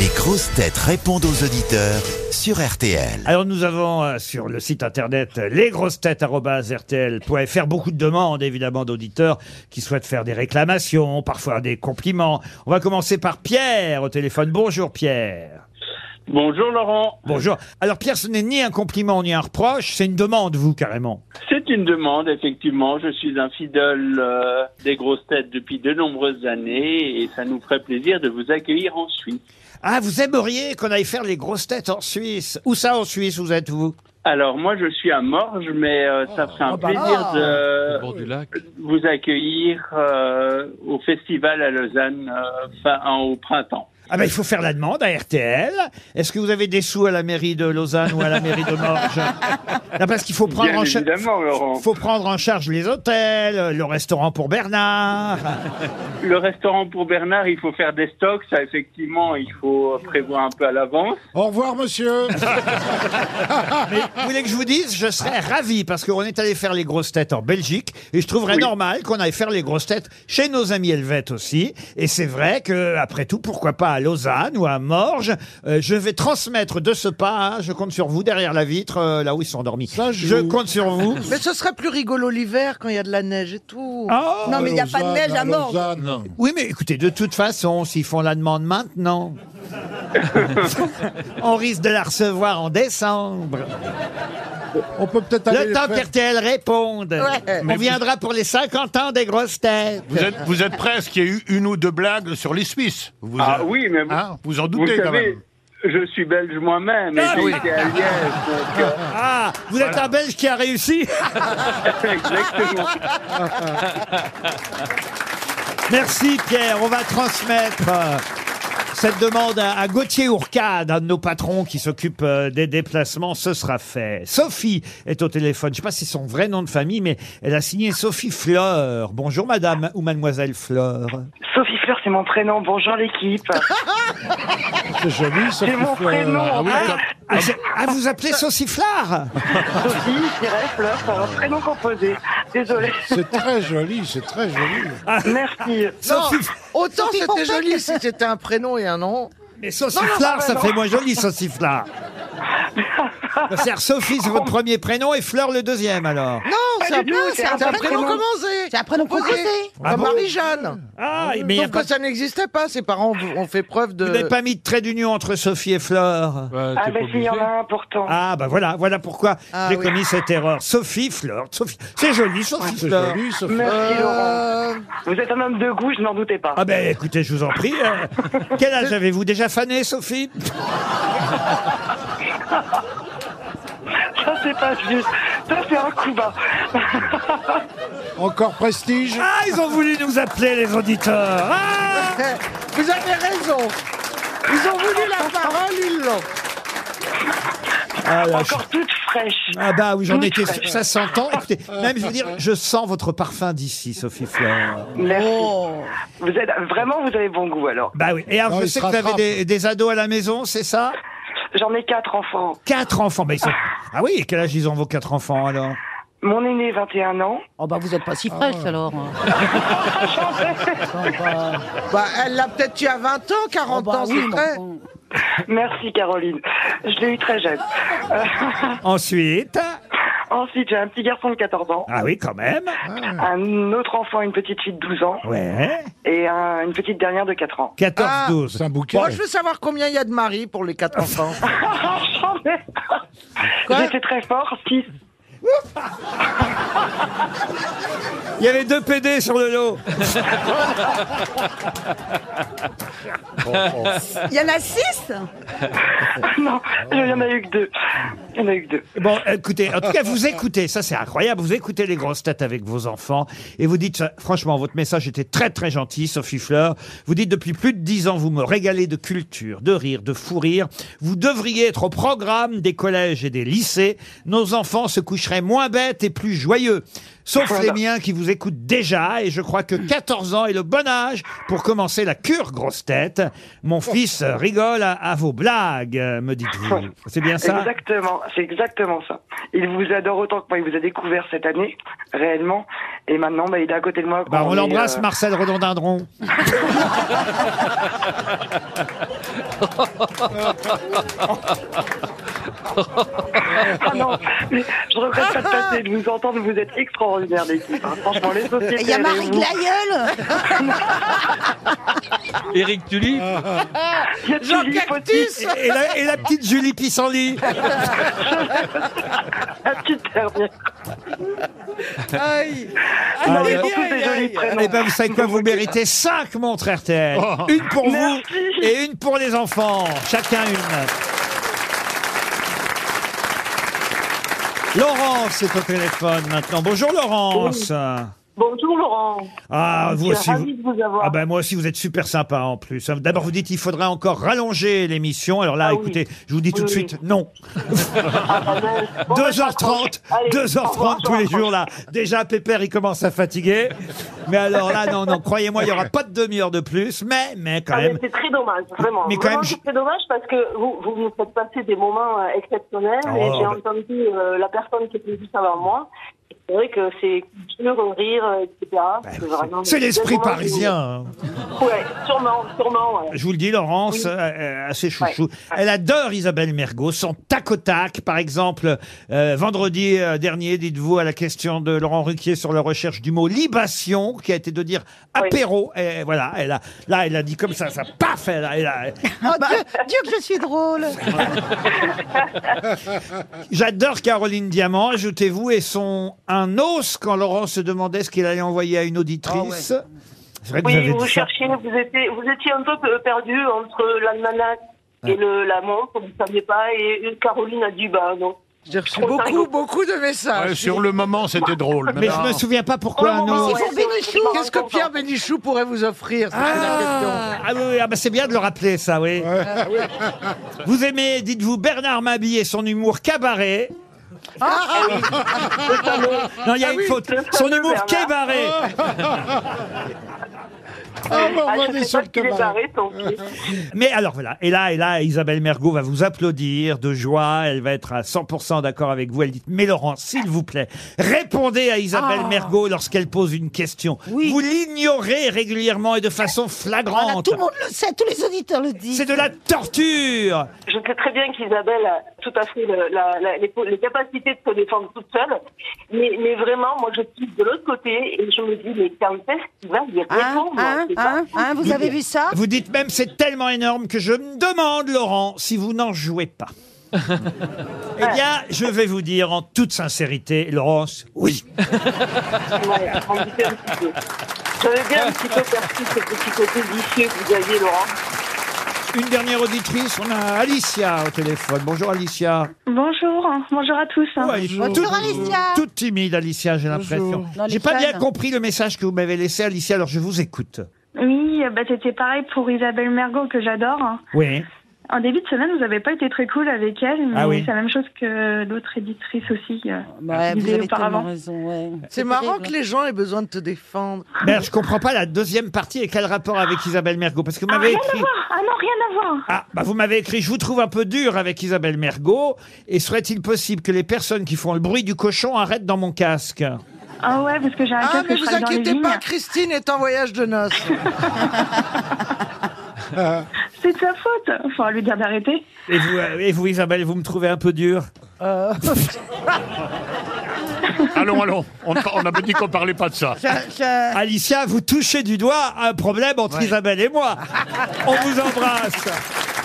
Les grosses têtes répondent aux auditeurs sur RTL. Alors nous avons euh, sur le site internet euh, lesgrossetêtes.rtl.fr beaucoup de demandes évidemment d'auditeurs qui souhaitent faire des réclamations, parfois des compliments. On va commencer par Pierre au téléphone. Bonjour Pierre. Bonjour Laurent. Bonjour. Alors Pierre, ce n'est ni un compliment ni un reproche, c'est une demande vous carrément. C'est une demande, effectivement. Je suis un fidèle euh, des grosses têtes depuis de nombreuses années et ça nous ferait plaisir de vous accueillir en Suisse. Ah, vous aimeriez qu'on aille faire les grosses têtes en Suisse Où ça en Suisse vous êtes vous Alors moi je suis à Morges, mais euh, ça ferait un plaisir de bord du lac. vous accueillir euh, au festival à Lausanne euh, fin au printemps. Ah ben il faut faire la demande à RTL. Est-ce que vous avez des sous à la mairie de Lausanne ou à la mairie de Morges Non, parce qu'il faut prendre Bien en charge... évidemment Laurent. faut prendre en charge les hôtels, le restaurant pour Bernard. Le restaurant pour Bernard, il faut faire des stocks, ça effectivement il faut prévoir un peu à l'avance. Au revoir, monsieur. Vous voulez que je vous dise, je serais ravi parce qu'on est allé faire les grosses têtes en Belgique et je trouverais normal qu'on aille faire les grosses têtes chez nos amis helvètes aussi. Et c'est vrai que, après tout, pourquoi pas à Lausanne ou à Morges, euh, je vais transmettre de ce pas, hein, je compte sur vous derrière la vitre, euh, là où ils sont endormis. Ça joue. je compte sur vous. Mais ce serait plus rigolo l'hiver quand il y a de la neige et tout. Hein Oh Non, mais il n'y a pas de neige à mort. Lausanne. Oui, mais écoutez, de toute façon, s'ils font la demande maintenant, on risque de la recevoir en décembre. On peut peut-être aller Le les temps faire- qu'RTL réponde. Ouais. On viendra pour les 50 ans des grosses têtes. Vous êtes, vous êtes prêts à ce qu'il y ait eu une ou deux blagues sur les Suisses vous Ah euh, oui, mais vous- hein, vous en Vous doutez quand savez, même. je suis belge moi-même et Ah j'ai oui. été à Liège, donc euh, Ah, vous êtes un Belge qui a réussi. euh, Exactement. Merci Pierre, on va transmettre euh, cette demande à, à Gauthier Ourcade, un de nos patrons qui s'occupe euh, des déplacements, ce sera fait. Sophie est au téléphone, je ne sais pas si c'est son vrai nom de famille, mais elle a signé Sophie Fleur. Bonjour madame ou mademoiselle Fleur. Sophie Fleur, c'est mon prénom. Bonjour l'équipe. C'est joli, ça C'est fait mon fleur. prénom. euh, Ah oui, Ah, ah, c'est- ah, vous appelez Sophie Fleur Sophie, Thierry, Fleur, c'est un prénom composé. Désolée. C'est très joli, c'est très joli. Ah, Merci. Non, Sophie, autant Sophie c'était Fontec. joli si c'était un prénom et un nom. mais Sophie non, Fleur, non, ça non. fait moins joli Sophie Fleur. C'est-à-dire Sophie, c'est votre premier prénom et Fleur le deuxième alors. Non, c'est un, du tout, c'est c'est un prénom commencé. C'est un prénom composé. Ah Comme bon Marie-Jeanne. Ah, mais il y a Sauf pas- que ça n'existait pas. Ses parents ont ont fait preuve Vous n'avez de. pas mis de trait d'union entre Sophie et Fleur Bah, Ah t'es bah pas si, il y en obligé. a un pourtant. Ah bah voilà, voilà pourquoi Ah j'ai oui. commis cette erreur. Sophie Fleur, Sophie, c'est joli Sophie C'est Fleur. joli, ça fait... Merci Laurent. Euh, Vous êtes un homme de goût, je n'en doutais pas. Ah ben écoutez, je vous en prie. euh, quel âge avez-vous déjà fané Sophie Ça c'est pas juste. Ça c'est un coup bas. Encore prestige. Ah, ils ont voulu nous appeler les auditeurs. Ah Eh, Vous avez raison. Ils ont voulu la parole, ils l'ont. Ah, là, je- Encore toute fraîche. ah bah oui, j'en Toute étais Euh, fraîche. ça s'entend. Écoutez, même je veux dire, je sens votre parfum d'ici Sophie Fleur. Merci. Oh. Vous êtes vraiment, vous avez bon goût alors. Bah oui. Et alors Non, je il sais se que vous avez rattrape. des, des ados à la maison, c'est ça J'en ai quatre enfants. Quatre enfants. Bah, ils sont... Ah oui, quel âge ils ont vos quatre enfants alors Mon aîné 21 ans. Oh bah vous êtes pas si Ah fraîche alors. hein. Bah, elle l'a peut-être tué à 20 ans, Oh, 40 bah ans, c'est vrai. Merci Caroline. Je l'ai eu très jeune. Ensuite, Ensuite j'ai un petit garçon de 14 ans, ah oui quand même. Ah. un autre enfant, une petite fille de 12 ans Ouais. et un- une petite dernière de 4 ans. 14, Ah, 12. C'est un bouquet. Moi, je veux savoir combien il y a de maris pour les quatre enfants. J'en ai- Quoi J'étais très fort, six. Il y avait deux PD sur le lot. Il y en a six Non, Ah. il n'y en a eu que deux. Il y en a eu que deux. Bon, écoutez, en tout cas, vous écoutez, ça c'est incroyable, vous écoutez les grosses têtes avec vos enfants et vous dites, franchement, votre message était très très gentil, Sophie Fleur. Vous dites, depuis plus de dix ans, vous me régalez de culture, de rire, de fou rire. Vous devriez être au programme des collèges et des lycées. Nos enfants se coucheraient moins bêtes et plus joyeux. Sauf Voilà. les miens qui vous écoutent déjà, et je crois que 14 ans est le bon âge pour commencer la cure, grosse tête. Mon fils rigole à, à vos blagues, euh, me dites-vous. C'est bien ça Exactement, c'est exactement ça. Il vous adore autant que moi, il vous a découvert cette année, réellement. Et maintenant, bah, il est euh, à côté de moi. Bah, quand on est, l'embrasse, euh, Marcel Redondindron. Ah non, mais je regrette pas de passer de vous entendre, vous êtes extraordinaire l'équipe. hein. Franchement, les sociétés. Il y a avec Marie vous, Glaïeul Éric Tully il y a Jean Philippe Cactus aussi, Et la, et la petite Julie Pissenlit Ah, La petite dernière. Aïe Ils Aïe, sont aïe, tous des aïe, jolis aïe. prénoms. Ah, Oh. Eh ben, vous savez quoi Vous méritez cinq montres RTL. Une pour vous Merci. et une pour les enfants. Chacun une. Laurence est au téléphone maintenant. Bonjour Laurence. Bonjour Laurent. Ah, vous aussi. vous- de vous avoir. Ah ben moi aussi, vous êtes super sympa en plus. D'abord, vous dites il faudra encore rallonger l'émission. Alors là, Ah oui. écoutez, je vous dis tout de oui. suite, non. Ah, bah, ben, bon, ben, 2h30, Allez, au 2h30 revoir, tous les Jean. jours là. Déjà, Pépère, il commence à fatiguer. Mais alors là, non, non, croyez-moi, il n'y aura pas de demi-heure de plus. Mais, mais quand Ah, mais même. C'est très dommage, vraiment. Mais quand Vraiment, même, c'est très dommage parce que vous, vous nous faites passer des moments euh, exceptionnels et Oh, j'ai bah. entendu euh, la personne qui était juste avant moi. C'est vrai que c'est culture, rire, euh, etc. C'est vraiment Bah, C'est des l'esprit moments que- parisien. hein. Ouais, sûrement, sûrement. ouais. Je vous le dis, Laurence, euh, euh, assez chouchou. Elle adore Isabelle Mergot, son tac au tac. Par exemple, euh, vendredi euh, dernier, dites-vous à la question de Laurent Ruquier sur la recherche du mot libation, qui a été de dire apéro. Et voilà, elle a, là, elle a dit comme ça, ça, paf elle a- elle a- Oh Dieu, Dieu que je suis drôle J'adore Caroline Diamant, ajoutez-vous, et son un os quand Laurent se demandait ce qu'il allait envoyer à une auditrice. C'est vrai que vous Oui, avez vous dit ça. cherchiez, vous étiez, vous étiez un peu pe- perdu entre l'almanach et le, la montre, vous ne saviez pas, et Caroline a dit, bah non. J'ai reçu Trop beaucoup, dingue. beaucoup de ah, Ouais, messages. sur le moment, c'était drôle. Mais je maintenant- me souviens pas pourquoi Oh, un os. mais Pour Ouais, c'est vrai, Bénichou, c'est qu'est-ce que marrant. Pierre Bénichou pourrait vous offrir C'est la Ah, ah oui, oui, ah bah c'est bien de le rappeler, ça, oui. Vous aimez, dites-vous, Bernard Mabille et son humour cabaret. non, il y a Ah une oui, faute. le Son fameux humour Bernard. cabaret. Ah, bah, on Ah, va je aller ne sur sais le pas s'il est cabaret. barré, tant pis. Mais alors voilà, et là, et là, Isabelle Mergot va vous applaudir de joie, elle va être à 100% d'accord avec vous, elle dit, mais Laurent, s'il vous plaît, répondez à Isabelle Mergot lorsqu'elle pose une question. Ah. Oui. Vous l'ignorez régulièrement et de façon Voilà, flagrante. Bah, Tout le monde le sait, tous les auditeurs le disent. C'est de la torture Je sais très bien qu'Isabelle a tout à fait le- la- la- les, les capacités de se défendre toute seule, mais, mais vraiment, moi, je suis de l'autre côté et je me dis, mais quand est-ce qu'il va y Hein, répondre hein, c'est pas hein, hein, vous avez vu ça Vous dites même c'est tellement énorme que je me demande, Laurent, si vous n'en jouez pas. eh bien, je vais vous dire en toute sincérité, Laurence, oui. Ouais, on me fait un petit peu. J'avais bien un petit peu perçu ce petit côté vicieux que vous aviez, Laurent. Une dernière auditrice, on a Alicia au téléphone. Bonjour Alicia. Bonjour, bonjour à tous. hein. Oh, Alicia, Bonjour. toute- Bonjour Alicia Toute timide, Alicia, j'ai l'impression. Bonjour. Non, les J'ai pas bien fans. compris le message que vous m'avez laissé, Alicia, alors je vous écoute. Oui, euh, bah, c'était pareil pour Isabelle Mergot que j'adore. hein. Oui. En début de semaine, vous n'avez pas été très cool avec elle, mais Ah oui. c'est la même chose que l'autre éditrice aussi. euh. Ouais, Vous vous avez avez auparavant. tellement raison, ouais. C'est marrant que les gens aient besoin de te défendre. Mais alors, je comprends pas la deuxième partie et quel rapport avec Isabelle Mergot Parce que vous Ah, m'avez rien à écrit. voir Ah non, rien à voir Ah, bah vous m'avez écrit, je vous trouve un peu dur avec Isabelle Mergot, et serait-il possible que les personnes qui font le bruit du cochon arrêtent dans mon casque Ah ouais, parce que j'ai un Ah, casque mais je vous travaille dans les inquiétez vignes. pas, Christine est en voyage de noces. C'est de sa faute Faut lui dire d'arrêter. et vous, euh, et vous, Isabelle, vous me trouvez un peu dur Allons, allons. On, on a dit qu'on parlait pas de ça. Euh. Alicia, vous touchez du doigt un problème entre Isabelle et moi. On vous embrasse.